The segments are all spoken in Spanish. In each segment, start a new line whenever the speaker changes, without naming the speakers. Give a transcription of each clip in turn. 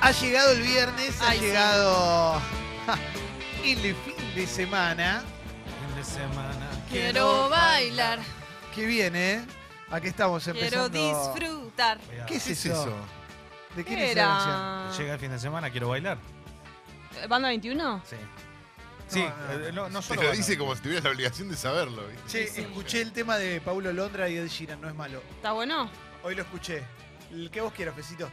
Ha llegado el viernes, ha
Ay, sí.
llegado ja, el fin de semana. Fin de semana.
Quiero bailar,
Qué bien, ¿eh? Aquí estamos
quiero
empezando.
disfrutar.
¿Qué es eso? ¿De quién es esa canción?
Era.
Llega el fin de semana, quiero bailar.
¿Banda 21?
Sí. Sí,
no,
eh, no, no,
Te
solo
lo
bailar.
dice como si tuvieras la obligación de saberlo. ¿viste?
Che,
Sí.
escuché el tema de Paulo Londra y Ed Sheeran, no es malo.
¿Está bueno?
Hoy lo escuché. El que vos quieras, Pesito.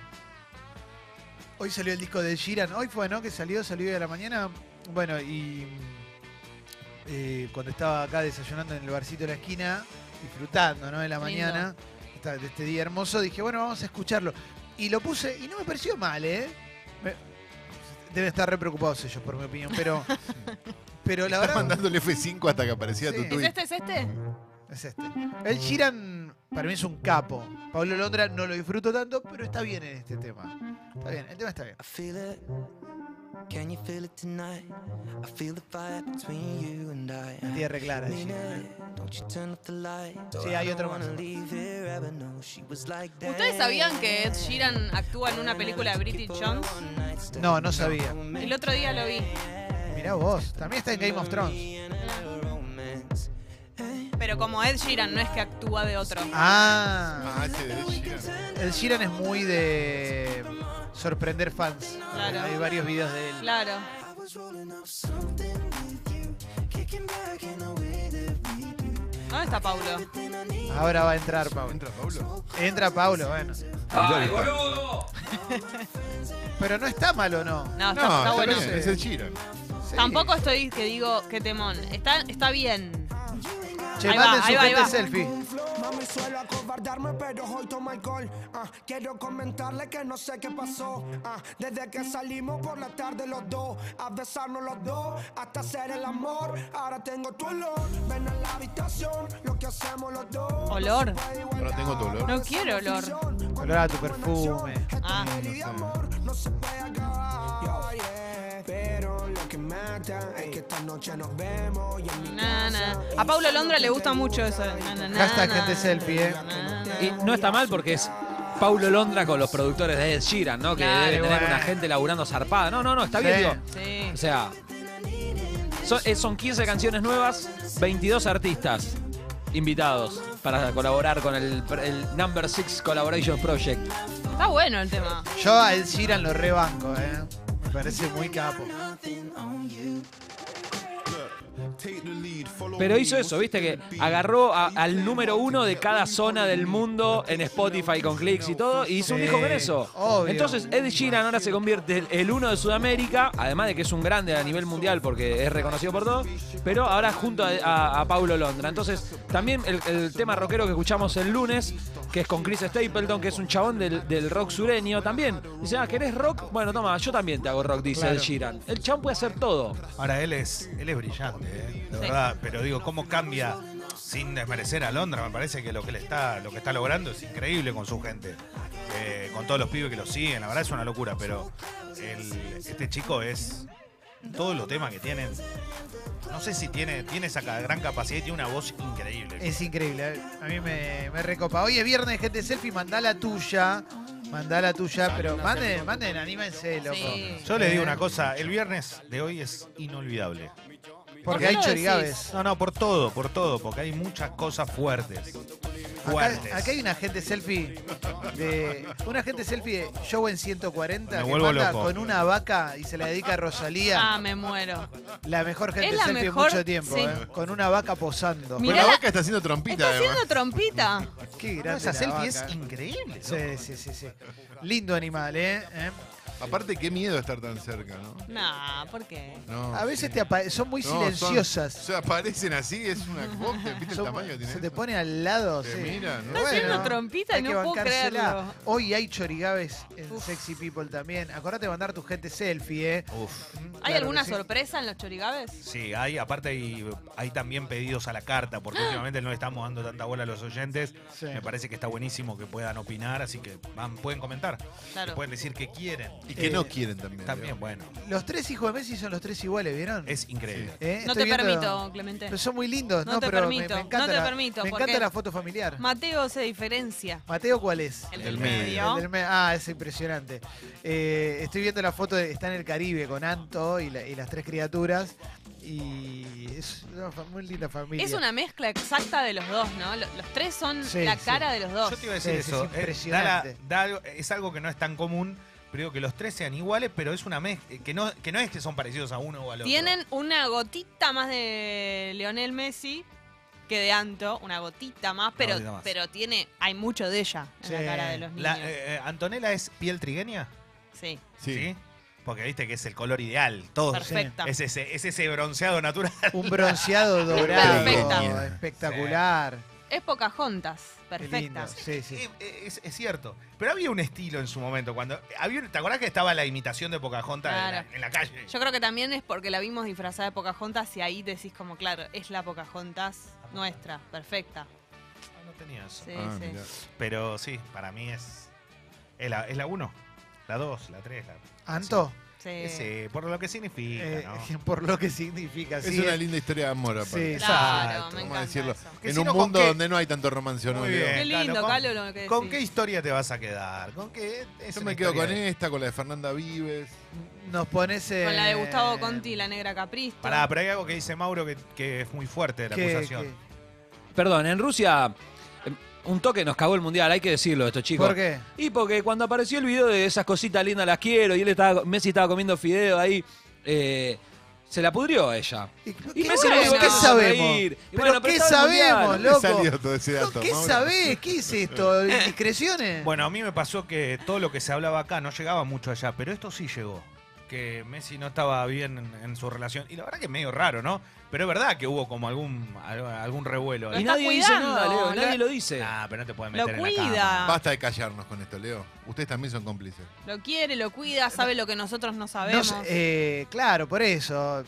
Hoy salió el disco de Ed Sheeran. Hoy fue, ¿no? Que salió, salió hoy a la mañana. Bueno, y mm, eh, cuando estaba acá desayunando en el barcito de la esquina, disfrutando, ¿no? De la
Lindo.
mañana, esta- de este día hermoso, dije, bueno, vamos a escucharlo. Y lo puse y no me pareció mal, ¿eh? Me- deben estar re preocupados ellos, por mi opinión, pero... Pero la
Estás
verdad...
mandándole F5 hasta que aparecía
Sí.
tu
¿Es
tweet.
este? ¿Es este?
Es este. El Giran para mí es un capo. Pablo Londra no lo disfruto tanto, pero está bien en este tema. Está bien, el tema está bien.
I feel it. Can you feel it tonight? I feel the fire between you and I.
La tierra clara.
Mean
Giran.
it. Don't you turn off the light.
Sí, hay otro más.
¿Ustedes sabían que Ed Sheeran actúa en una película de Bridget Jones?
No, no sabía.
El otro día lo vi,
Mirá vos, también está en Game of Thrones.
pero como Ed Sheeran no es que actúa de otro.
Ah,
Ah, ese de Sheeran.
el Giran es muy de sorprender fans.
Claro.
Hay varios videos de él.
Claro. ¿Dónde está Paulo?
Ahora va a entrar Pablo. ¿Entra Pablo? Entra Pablo, bueno. Pero no está malo, ¿no?
No, está,
No,
está
está
bueno.
bien, es el Sheeran.
Sí.
Tampoco estoy que digo que temón. Está, está bien.
Che,
Ahí va,
manden
ahí
su
va, ahí
gente
va.
selfie.
Mami suelo acobardarme, pero hoy tomo alcohol. Ah, quiero comentarle que no sé qué pasó. Ah, desde que salimos por la tarde los dos, a besarnos los dos, hasta hacer el amor. Ahora tengo tu olor, ven a la habitación, lo que hacemos los dos.
Olor.
Ahora tengo tu olor.
No quiero olor.
Olor a tu perfume.
Ah,
No se puede acabar. yeah. Pero lo que mata es que esta noche nos vemos. Y en mi
na, na.
casa-
A Paulo Londra le gusta mucho eso. de na, na, na,
Hashtag
na,
gente selfie, eh.
na, na.
Y no está mal porque es Paulo Londra con los productores de Ed Sheeran, ¿no? Que
Claro,
deben tener
bueno.
una gente laburando zarpada. No, no, no, está
Sí.
bien, digo.
Sí.
O sea, son, eh, son 15 canciones nuevas, 22 artistas invitados para colaborar con el, el Number 6 Collaboration Project.
Está bueno el tema.
Yo a Ed Sheeran lo rebanco, ¿eh? Me parece muy capo.
Pero hizo eso, viste, que agarró a- al número uno de cada zona del mundo en Spotify con clics y todo, y hizo un
Sí,
disco con eso.
obvio.
Entonces Ed Sheeran ahora se convierte el, el uno de Sudamérica, además de que es un grande a nivel mundial porque es reconocido por todo, pero ahora junto a, a- a Paulo Londra. Entonces también el, el tema rockero que escuchamos el lunes, que es con Chris Stapleton, que es un chabón del, del rock sureño también. Dice, ah, ¿querés rock? Bueno, toma, yo también te hago rock, dice
Claro.
Ed Sheeran. El chabón puede hacer todo.
Ahora él es, él es brillante, ¿eh? de
Sí.
verdad. Pero digo, cómo cambia sin desmerecer a Londra. Me parece que lo que le está, lo que está logrando es increíble con su gente, Eh, con todos los pibes que lo siguen. La verdad es una locura, pero el- este chico es todos los temas que tienen. No sé si tiene, tiene esa ca- gran capacidad y tiene una voz increíble.
Es increíble, ¿eh? a mí me, me recopa. Hoy es viernes, gente selfie, mandá la tuya. Mandá la tuya, pero manden, manden, anímense, loco.
Sí.
Yo
eh,
le digo una cosa, el viernes de hoy es inolvidable.
¿Por
Porque
qué
hay
lo
chorigabes.
No, no, por todo, por todo, porque hay muchas cosas fuertes. Fuertes.
Acá, acá hay una gente selfie de. Una gente selfie de Show en 140
Me
que
vuelvo
manda
loco.
con una vaca y se la dedica a Rosalía.
Ah, me muero.
la mejor gente
Es la
selfie
mejor-
en mucho tiempo,
sí.
¿eh? Con una vaca posando.
Mi- Mirá
Bueno, la
la-
vaca está haciendo trompita,
Está
además.
haciendo trompita.
Qué grande.
No,
la
esa selfie es
vaca.
increíble.
Sí,
loco.
sí, sí, sí. Lindo animal, ¿eh? ¿Eh?
Aparte, qué miedo estar tan cerca, ¿no?
Nah, ¿por qué?
No,
A veces
sí.
te apa- son muy
No, son-
silenciosas.
o sea, aparecen así, es una cote, ¿viste el
Son-
tamaño que tiene?
se te
eso?
pone al lado.
Te
sí.
mira, ¿no?
Está haciendo trompita y
hay
no
que
puedo
bancársela.
creerlo.
Hoy hay chorigabes en
Uf.
Sexy People también. Acordate de mandar tu gente selfie, ¿eh?
Uf.
¿Hay
Claro
alguna
que sí.
sorpresa en los chorigabes?
Sí, hay, aparte hay, hay también pedidos a la carta, porque últimamente no le estamos dando tanta bola a los oyentes.
¡Ah! Sí.
Me parece que está buenísimo que puedan opinar, así que van, pueden comentar.
Claro.
Pueden decir que quieren.
Y que
Eh,
no quieren también.
También, bueno,
Los tres hijos de Messi son los tres iguales, ¿vieron?
es increíble.
Eh,
No
estoy
te
viendo- Pues
permito, Clemente.
Pero son muy lindos. No,
No te
pero me-
permito,
Me,
no
encanta
te
la,
permito,
Me
porque-
encanta la foto familiar.
Mateo se diferencia.
Mateo, ¿cuál es?
El
El
del
medio.
medio.
El del me- Ah, es impresionante. Eh, estoy viendo la foto, de, está en el Caribe con Anto y, la- y las tres criaturas. Y es una fa- muy linda familia.
Es una mezcla exacta de los dos, ¿no? Lo- Los, tres son
Sí,
la
sí.
cara de los dos.
Yo te iba a decir
Sí, sí, es
eso. eh, da la-
impresionante.
da algo- es algo que no es tan común, pero digo que los tres sean iguales, pero es una mezcla. Que no, que no es que son parecidos a uno o al otro.
Tienen una gotita más de Lionel Messi que de Anto, una gotita más, pero,
gotita más.
pero tiene, hay mucho de ella en
Sí.
la cara de los niños.
La, eh, eh, ¿Antonella es piel trigueña?
sí,
Sí.
Porque viste que es el color ideal. Todo
perfecta.
es ese, es ese bronceado natural.
Un bronceado dorado.
Perfecta.
Espectacular.
Es Pocahontas,
Qué
perfecta.
lindo. Sí, sí.
Eh, eh, Es, es cierto. Pero había un estilo en su momento. cuando había, un- ¿Te acordás que estaba la imitación de Pocahontas en la-
Claro.
en, la, calle?
Yo creo que también es porque la vimos disfrazada de Pocahontas y ahí decís como, claro, es la Pocahontas nuestra, perfecta.
no tenía eso.
Sí,
Ah,
sí.
mirá.
Pero sí, para mí es. Es la 1, la, uno, la 2, la 3. La,
Anto,
Sí.
Ese, por lo que significa,
eh,
¿no?
por lo que significa.
Es
sí,
una linda historia de amor,
Sí.
aparte.
Claro,
Exacto,
me
Vamos
encanta
a decirlo. Eh,
eso.
Que
en
si
un
no, ¿con
mundo
qué?
donde no hay tanto romance, ¿no?
Muy
Diego?
bien.
Qué lindo,
Calo,
Calo, lo que
¿Con qué
decís.
historia te vas a quedar? ¿Con qué? Es
Yo
una
me quedo
historia
con
de-
esta, con la de Fernanda Vives.
Nos pones. eh,
Con la de Gustavo Conti, la negra caprista.
Pará, pero hay algo que dice Mauro que, que es muy fuerte la
que-
acusación.
Perdón, en Rusia eh, un toque nos cagó el mundial, hay que decirlo esto,
que-
chicos.
¿Por qué?
Y porque cuando apareció el video de esas cositas lindas las quiero y él estaba, Messi estaba comiendo fideo ahí, eh, se la pudrió a ella.
¿Y,
Y
qué,
Messi
no
bueno,
dijo
¿qué
nada.
sabemos?
Reír. Y
¿Pero
bueno, pero
qué
estaba en el
sabemos,
mundial.
¿Dónde
loco?
salió todo ese dato?
¿Qué
Mauro?
sabés? ¿Qué es esto? ¿Indiscreciones?
Bueno, a mí me pasó que todo lo que se hablaba acá no llegaba mucho allá, pero esto sí llegó. Que Messi no estaba bien en, en su relación. Y la verdad que es medio raro, ¿no? Pero es verdad que hubo como algún, al- algún revuelo.
Lo
Y
ahí.
está
nadie dice
cuidando,
nada, Leo,
lo-
nadie lo dice.
Ah, pero no te pueden
Lo
meter en la cama.
cuida,
Basta de callarnos con esto, Leo. Ustedes también son cómplices.
lo quiere, lo cuida, sabe lo que nosotros no
No
sabemos.
sé, eh, claro, por eso.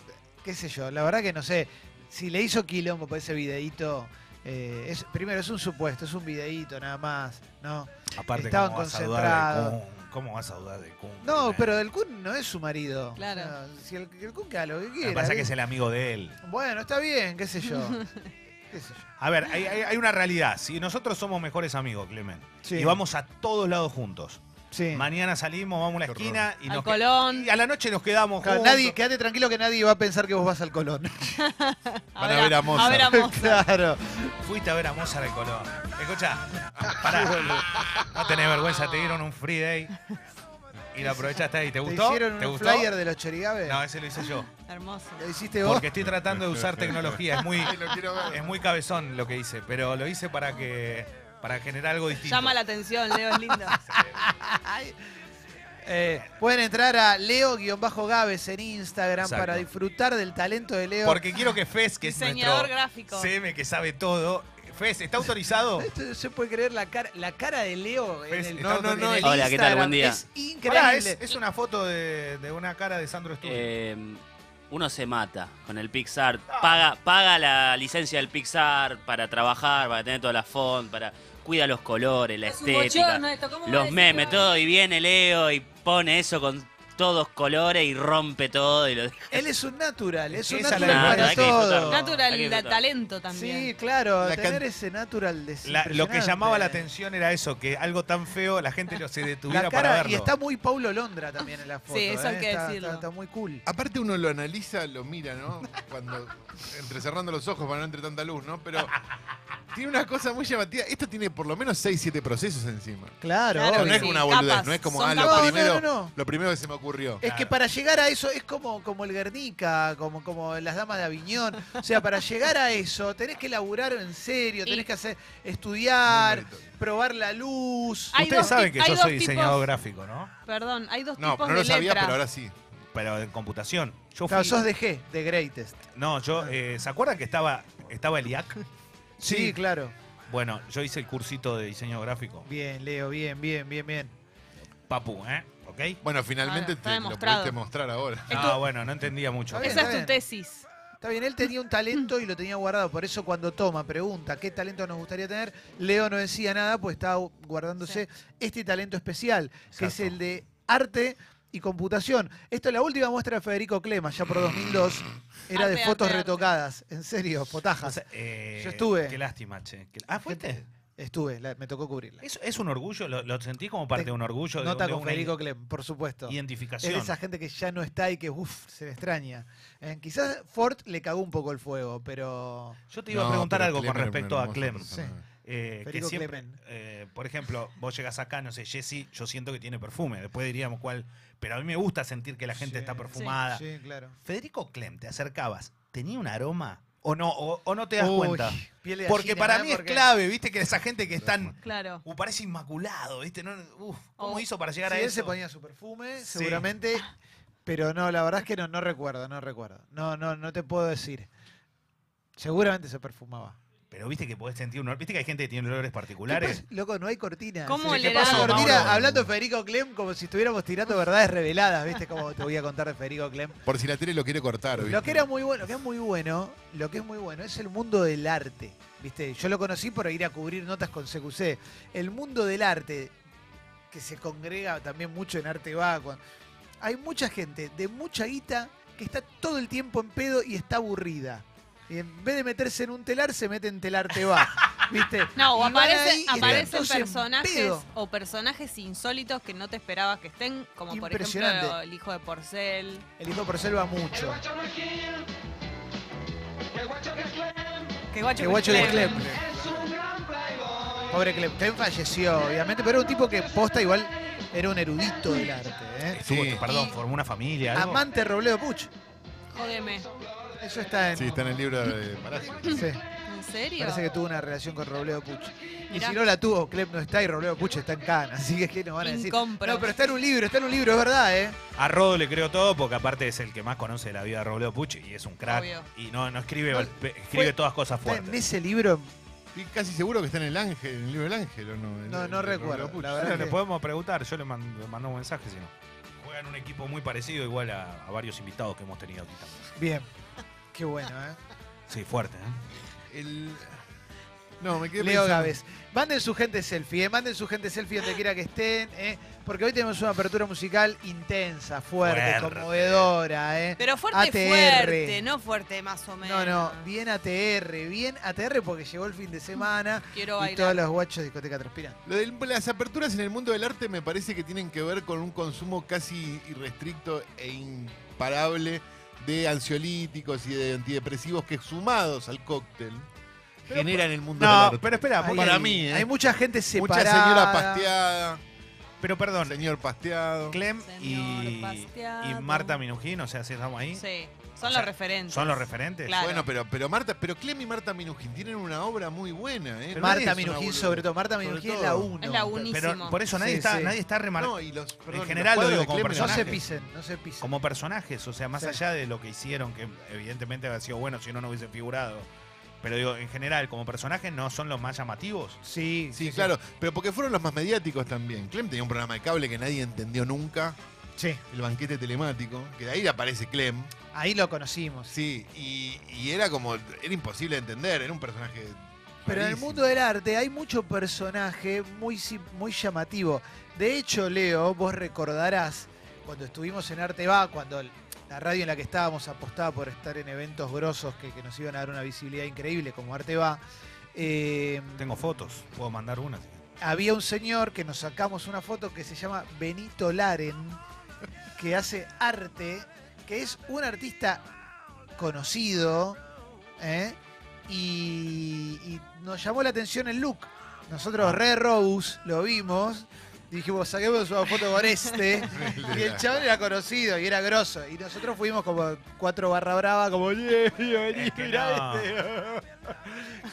Qué sé yo, la verdad que no sé. Si le hizo quilombo por ese videíto. eh, es, primero, es un supuesto, es un videíto nada más, ¿no?
Aparte,
Estaban
¿cómo vas, a dudar de
concentrados.
Kun? ¿cómo vas a dudar de Kun?
No,
Primero.
pero el Kun no es su marido.
Claro.
O sea, si el, el Kun que haga lo que
Lo
quiera.
que pasa es que
¿eh?
es el amigo de él.
Bueno, está bien, qué sé yo. qué sé yo.
A ver, hay, hay- hay una realidad. Si nosotros somos mejores amigos, Clemen,
Sí.
y vamos a todos lados juntos.
Sí.
Mañana salimos, vamos a la
Qué horror.
esquina y,
Al
nos que-
Colón.
y a la noche nos quedamos
Claro,
juntos.
nadie, quédate tranquilo que nadie va a pensar que vos vas al Colón.
Van a ver a Mozart.
A ver a Mozart.
claro.
Fuiste a ver a Mozart al Colón. Escucha, pará. No tenés vergüenza, te dieron un free day y lo aprovechaste ahí. ¿Te
¿Te
gustó?
hicieron
¿Te
un
gustó?
flyer de los chorigabes?
No, ese lo hice yo.
Hermoso.
¿Lo hiciste vos?
Porque estoy tratando de usar tecnología. Es muy,
lo quiero ver.
es muy cabezón lo que hice, pero lo hice para que para generar algo distinto.
Llama la atención, Leo, es lindo.
Eh, pueden entrar a Leo-Gaves en Instagram
Exacto.
para disfrutar del talento de Leo.
Porque quiero que Fez, que es
Diseñador
nuestro
gráfico.
CM que sabe todo. Fez, ¿está autorizado?
Esto no se puede creer la cara, la cara de Leo en
Es-
el,
Pues, no, no, no,
en el
Hola, ¿qué tal?
Instagram.
Buen día.
Es increíble.
Pará, es, es una foto de, de una cara de Sandro Studio.
Eh, uno se mata con el Pixar. Paga, paga la licencia del Pixar para trabajar, para tener todas las font, para. Cuida los colores, la estética, los memes, todo. Y viene Leo y pone eso con todos colores y rompe todo. Y lo...
Él es un natural, es un
Esa es
natural
la
verdad,
para
hay que
todo.
disfrutarlo. Hay que
Natural, da
disfrutar.
talento
Sí,
también.
claro,
La
tener
can-
ese natural de
La- lo que llamaba la atención era eso, que algo tan feo la gente lo se detuviera
La
para
cara,
verlo.
y está muy Paulo Londra también en la foto.
eso hay
¿eh?
que
Está-
decirlo.
Está, está muy cool.
Aparte uno lo analiza, lo mira, ¿no? Cuando entrecerrando los ojos para no entre tanta luz, ¿no? Pero tiene una cosa muy llamativa. Esto tiene por lo menos 6, 7 procesos encima.
Claro,
Claro
Pero
obvio.
no es
sí,
una boludez,
capas,
no es como
son Eh,
ah, lo,
capas. No, no,
primero,
no, no.
lo primero que se me ocurrió.
Es que para llegar a eso es como, como el Guernica, como, como las damas de Aviñón. O sea, para llegar a eso tenés que laburar en serio, tenés
Y-
que hacer estudiar,
Muy meritorio.
probar la luz.
Hay
Ustedes
dos
saben
tip-
que
hay
yo
dos
soy diseñador
tipos-
gráfico, ¿no?
Perdón, hay dos
No,
tipos
no lo
de
sabía,
letras.
pero ahora sí.
Pero en computación. Yo
Claro,
fui-
sos de G, de Greatest.
No, yo, eh, ¿se acuerdan que estaba, estaba el IAC?
Sí, claro.
Bueno, yo hice el cursito de diseño gráfico.
Bien, Leo, bien, bien, bien, bien.
Papu, ¿eh? ¿Ok?
Bueno,
Claro,
finalmente
está
te lo
demostrado.
pudiste mostrar ahora.
No, bueno, no entendía mucho.
Está bien,
Esa
está
es
bien.
tu tesis.
Está bien, él tenía un talento y lo tenía guardado. Por eso cuando toma, pregunta qué talento nos gustaría tener, Leo no decía nada, pues estaba guardándose este talento especial, que es
Exacto.
el de arte y computación. Esto es la última muestra de Federico Clema, ya por 2002. Era de
Arte,
fotos
arte, arte.
retocadas, en serio,
O
potajas.
sea, eh,
Yo estuve.
Qué lástima, che. Qué- Ah, ¿fuiste?
Estuve, la- me tocó cubrirla.
¿Es, es un orgullo? ¿Lo, lo sentís como parte
Te-
de un orgullo? de-
Nota
de
con
una
Federico Clem, por supuesto. Es
Identificación.
de esa gente que ya no está y que, uff, se le extraña. Eh, quizás Ford le cagó un poco el fuego, pero...
Yo te iba a preguntar algo con respecto a Clem. Eh, que
Federico
siempre,
Clemen.
eh, por ejemplo, vos llegás acá, no sé, Jessy, yo siento que tiene perfume. Después diríamos cuál. Pero a mí me gusta sentir que la gente
Sí.
está perfumada.
Sí, claro.
Federico Clem, te acercabas, ¿tenía un aroma? ¿O no, o, o no te das
Uy,
cuenta?
piel de
Porque
gallina,
para
¿no?
mí es
Porque-
clave, ¿viste? Que esa gente que están.
Claro.
uh, parece inmaculado, ¿viste? No, uf, ¿Cómo
O-
hizo para llegar
Sí,
a
él
eso?
se ponía su perfume,
Sí.
seguramente. Pero no, la verdad es que no, no recuerdo, no recuerdo. No, no, no te puedo decir. Seguramente se perfumaba.
Pero viste que podés sentir un olor. Viste que hay gente que tiene olores
¿Qué
particulares.
pasa? Loco, no hay cortina.
¿Cómo
Sí, ¿qué
olerá?
pasa, cortina?
Mauro.
Hablando de Federico Clem como si estuviéramos tirando verdades reveladas, ¿viste? Como te voy a contar de Federico Clem.
Por si la tele lo quiere cortar. ¿viste?
Lo que era muy bueno, lo que es muy bueno, lo que es muy bueno es el mundo del arte. ¿Viste? Yo lo conocí por ir a cubrir notas con CQC. El mundo del arte, que se congrega también mucho en arte vacua. Hay mucha gente de mucha guita que está todo el tiempo en pedo y está aburrida. Y en vez de meterse en un telar, se mete en telar te va. ¿Viste?
No,
Y
o
van ahí
aparece-
y están
aparecen
todos en
personajes
pedo.
o personajes insólitos que no te esperabas que estén, como por ejemplo
Impresionante.
el hijo de Porcel.
El hijo por selva mucho.
Que guacho,
Que guacho de
Clem.
Clem. Pobre Clem. Clem falleció, obviamente, pero era un tipo que posta igual era un erudito del arte. ¿eh?
Estuvo-
Sí.
Perdón, formó una familia. algo.
Amante de Robledo Puch.
Jódeme.
Eso está en.
Sí, está en el libro de Palacio.
Sí,
¿En serio?
parece que tuvo una relación con Robledo Puch. Y
Mirá.
si no la tuvo, Clem no está y Robledo Puch está en Cana. Así que, ¿qué nos van a decir?
Incompro.
No, pero está en un libro, está en un libro, es verdad, ¿eh?
A Rodo le creo todo porque aparte es el que más conoce de la vida de Robledo Pucci y es un crack.
Obvio.
Y no, no escribe,
No,
pe- escribe
fue-
todas cosas
Está en
fuertes.
ese libro.
Estoy casi seguro que está en el ángel, en el libro del ángel, ¿o no? El-
No, no
el- el- el-
recuerdo,
Puch.
la verdad.
Ahora
que-
le podemos preguntar, yo le mando, le mando un mensaje si no. Juegan un equipo muy parecido, igual a, a varios invitados que hemos tenido aquí también.
Bien. Qué bueno, ¿eh?
Sí, fuerte, ¿eh?
El- No, me quedé
Leo
pensando.
Gávez. Manden su gente selfie, ¿eh? manden su gente selfie donde quiera que estén, ¿eh? porque hoy tenemos una apertura musical intensa, fuerte,
Fuerte.
conmovedora. ¿eh?
Pero fuerte,
ATR.
fuerte, no fuerte más o menos.
No, no, bien ATR, bien ATR porque llegó el fin de semana
Quiero
y todos
bailar.
los guachos de discoteca transpiran.
Lo de las aperturas en el mundo del arte me parece que tienen que ver con un consumo casi irrestricto e imparable de ansiolíticos y de antidepresivos que sumados al cóctel generan el mundo del arte.
pero espera,
Hay-
para mí, ¿eh?
Hay mucha gente
Mucha
separada.
señora pasteada,
pero perdón,
señor pasteado.
Clem
Señor
y,
Pasteado.
y Marta Minujín, o sea, si estamos ahí,
Sí,
O
son
sea,
los referentes.
son los referentes.
Claro.
Bueno, pero, pero Marta, pero Clem y Marta Minujín tienen una obra muy buena, ¿eh?
Pero nadie es
Marta
una
Minujín
boluda.
sobre todo. Marta
Sobre
Minujín es
todo.
la uno.
Es la
uno.
única.
Pero
Buenísimo.
por eso nadie
Sí,
está,
sí.
nadie está remar-
No, y los, perdón, los
general lo
cuadros
digo
de
como
Clem
No
eran
se
personaje.
ángeles.
pisen, no se pisen.
como personajes, o sea, más
Sí.
allá de lo que hicieron, que evidentemente habría sido bueno si no no hubiese figurado. Pero digo, en general, como personajes no son los más llamativos.
Sí,
Sí, claro, pero porque fueron los más mediáticos también. Clem tenía un programa de cable que nadie entendió nunca.
Sí,
el banquete telemático, que de ahí aparece Clem,
ahí lo conocimos.
sí, y, y era como, era imposible de entender, era un personaje...
Pero en el
rarísimo.
mundo del arte hay mucho personaje muy, sim- muy llamativo. De hecho, Leo, vos recordarás cuando estuvimos en Arte Va, cuando el- la radio en la que estábamos apostaba por estar en eventos grosos que, que nos iban a dar una visibilidad increíble como Arte Va. eh,
Tengo fotos, puedo mandar unas.
había un señor que nos sacamos una foto que se llama Benito Laren, que hace arte, que es un artista conocido, ¿eh? y, y nos llamó la atención el look. Nosotros re Rose lo vimos, dijimos, saquemos una foto con este, y el chabón era conocido y era grosso, y nosotros fuimos como cuatro barra brava, como, "Yeah, vení,
Es que
mirá
no.
este".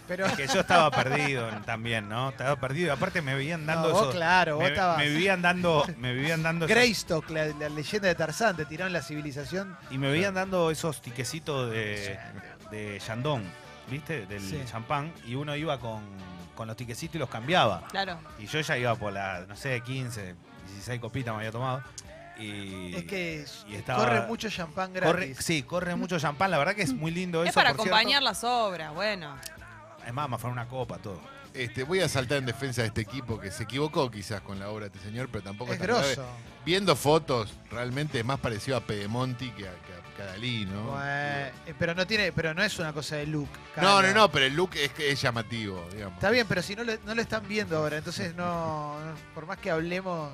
Pero
Que yo estaba perdido también, ¿no? Estaba perdido. Aparte me vivían dando
No, vos
esos-
claro, vos
me,
estabas-
me vivían dando, me vivían dando esos-
Greystock, la, la leyenda de Tarzán, te tiraron la civilización.
y me vivían dando esos tiquecitos de de Yandón, ¿viste? Del
Sí.
champán y uno iba con, con los tiquecitos y los cambiaba.
Claro.
Y yo ya iba por la, no sé, 15, 16 copitas me había tomado y
Es que s-
y estaba-
corre mucho champán gratis.
Corre, sí, corre mucho champán, la verdad que es muy lindo
Es
eso.
para
por cierto.
acompañar las obras, bueno.
Es más, más fue una copa, todo.
este, voy a saltar en defensa de este equipo que se equivocó quizás con la obra de este señor, pero tampoco
Es
tan grave.
grosso.
Viendo fotos, realmente es más parecido a Pedemonti que a, que a- que a Dalí, ¿no?
Bueno, eh, pero no tiene, pero no es una cosa de look.
no,
Calo.
no, no, pero el look es, es llamativo, digamos.
Está bien, pero si no, le- no lo están viendo ahora, entonces no, no- por más que hablemos,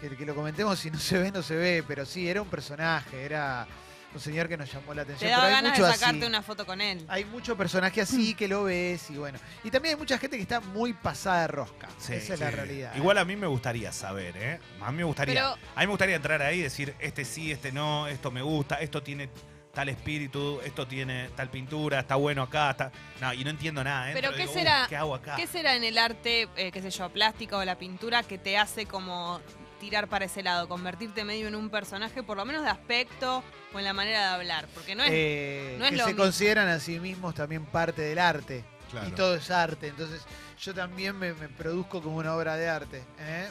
que, que lo comentemos, si no se ve, no se ve, pero sí, era un personaje, era un señor que nos llamó la
Te
atención.
daba
pero hay
ganas de
mucho
sacarte
así.
una foto con él.
Hay mucho personaje así que lo ves y bueno. Y también hay mucha gente que está muy pasada de rosca.
Sí,
Esa es
sí.
la realidad. ¿eh?
Igual a mí me gustaría saber, ¿eh? A mí me gustaría.
Pero-
A mí me gustaría entrar ahí y decir, este sí, este no, esto me gusta, esto tiene tal espíritu, esto tiene tal pintura, está bueno acá, está. No, y no entiendo nada, ¿eh?
Pero ¿qué
digo, "Uh,
será-
¿Qué hago acá?
¿Qué será en el arte, eh, qué sé yo, plástica o la pintura que te hace como tirar para ese lado, convertirte medio en un personaje, por lo menos de aspecto o en la manera de hablar? Porque no es.
Eh,
no es
que
lo
se
mismo.
consideran a sí mismos también parte del arte.
Claro.
Y todo es arte. Entonces yo también me, me produzco como una obra de arte. ¿eh?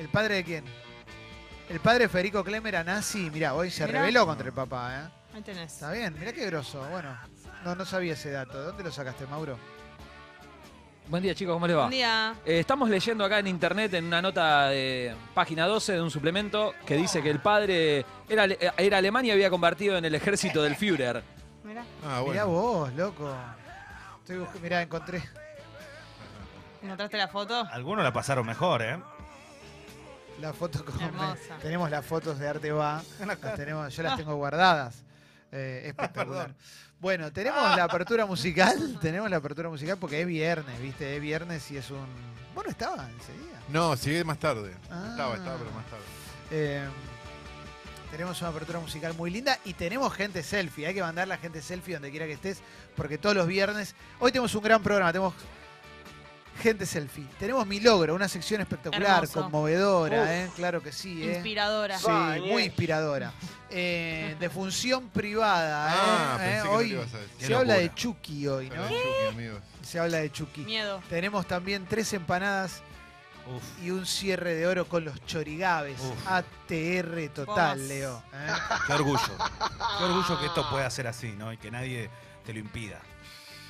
¿El padre de quién? El padre de Federico Clem era nazi. Mirá, hoy se
Mirá.
rebeló contra el papá. ¿eh?
Ahí tenés.
Está bien, mirá qué grosso. Bueno, no, no sabía ese dato. ¿De dónde lo sacaste, Mauro?
Buen día, chicos, ¿cómo les va?
Un día.
Eh, estamos leyendo acá en internet, en una nota de página 12 de un suplemento, que dice que el padre era, ale- eh, era alemán y había convertido en el ejército del Führer.
Mirá.
Ah,
Mirá
bueno.
vos, loco. Estoy busc- mirá, encontré.
¿Encontraste la foto?
Algunos la pasaron mejor, ¿eh?
La foto con
Hermosa.
Tenemos las fotos de Arte Va. Las tenemos, yo las tengo guardadas. Eh, espectacular. bueno, tenemos la apertura musical. Tenemos la apertura musical porque es viernes, ¿viste? Es viernes y es un. Bueno, estaba ese día.
No, sigue más tarde.
Ah.
Estaba, estaba, pero más tarde.
Eh, tenemos una apertura musical muy linda y tenemos gente selfie. Hay que mandar la gente selfie donde quiera que estés, porque todos los viernes. Hoy tenemos un gran programa. Tenemos gente selfie. Tenemos mi logro, una sección espectacular,
Hermoso.
conmovedora, ¿eh? Claro que sí, ¿eh?
Inspiradora.
Sí, muy inspiradora. Eh, de función privada. ¿eh?
Ah,
¿eh?
pensé que no
hoy
lo ibas a decir.
se
Qué
habla de
locura.
Chucky hoy, ¿no?
Pero Yuki, amigos.
Se habla de Chucky.
Miedo.
Tenemos también tres empanadas
Uf.
y un cierre de oro con los chorigaves.
Uf.
ATR total,
Vamos.
Leo. ¿eh?
Qué orgullo. Qué orgullo que esto pueda ser así, ¿no? Y que nadie te lo impida.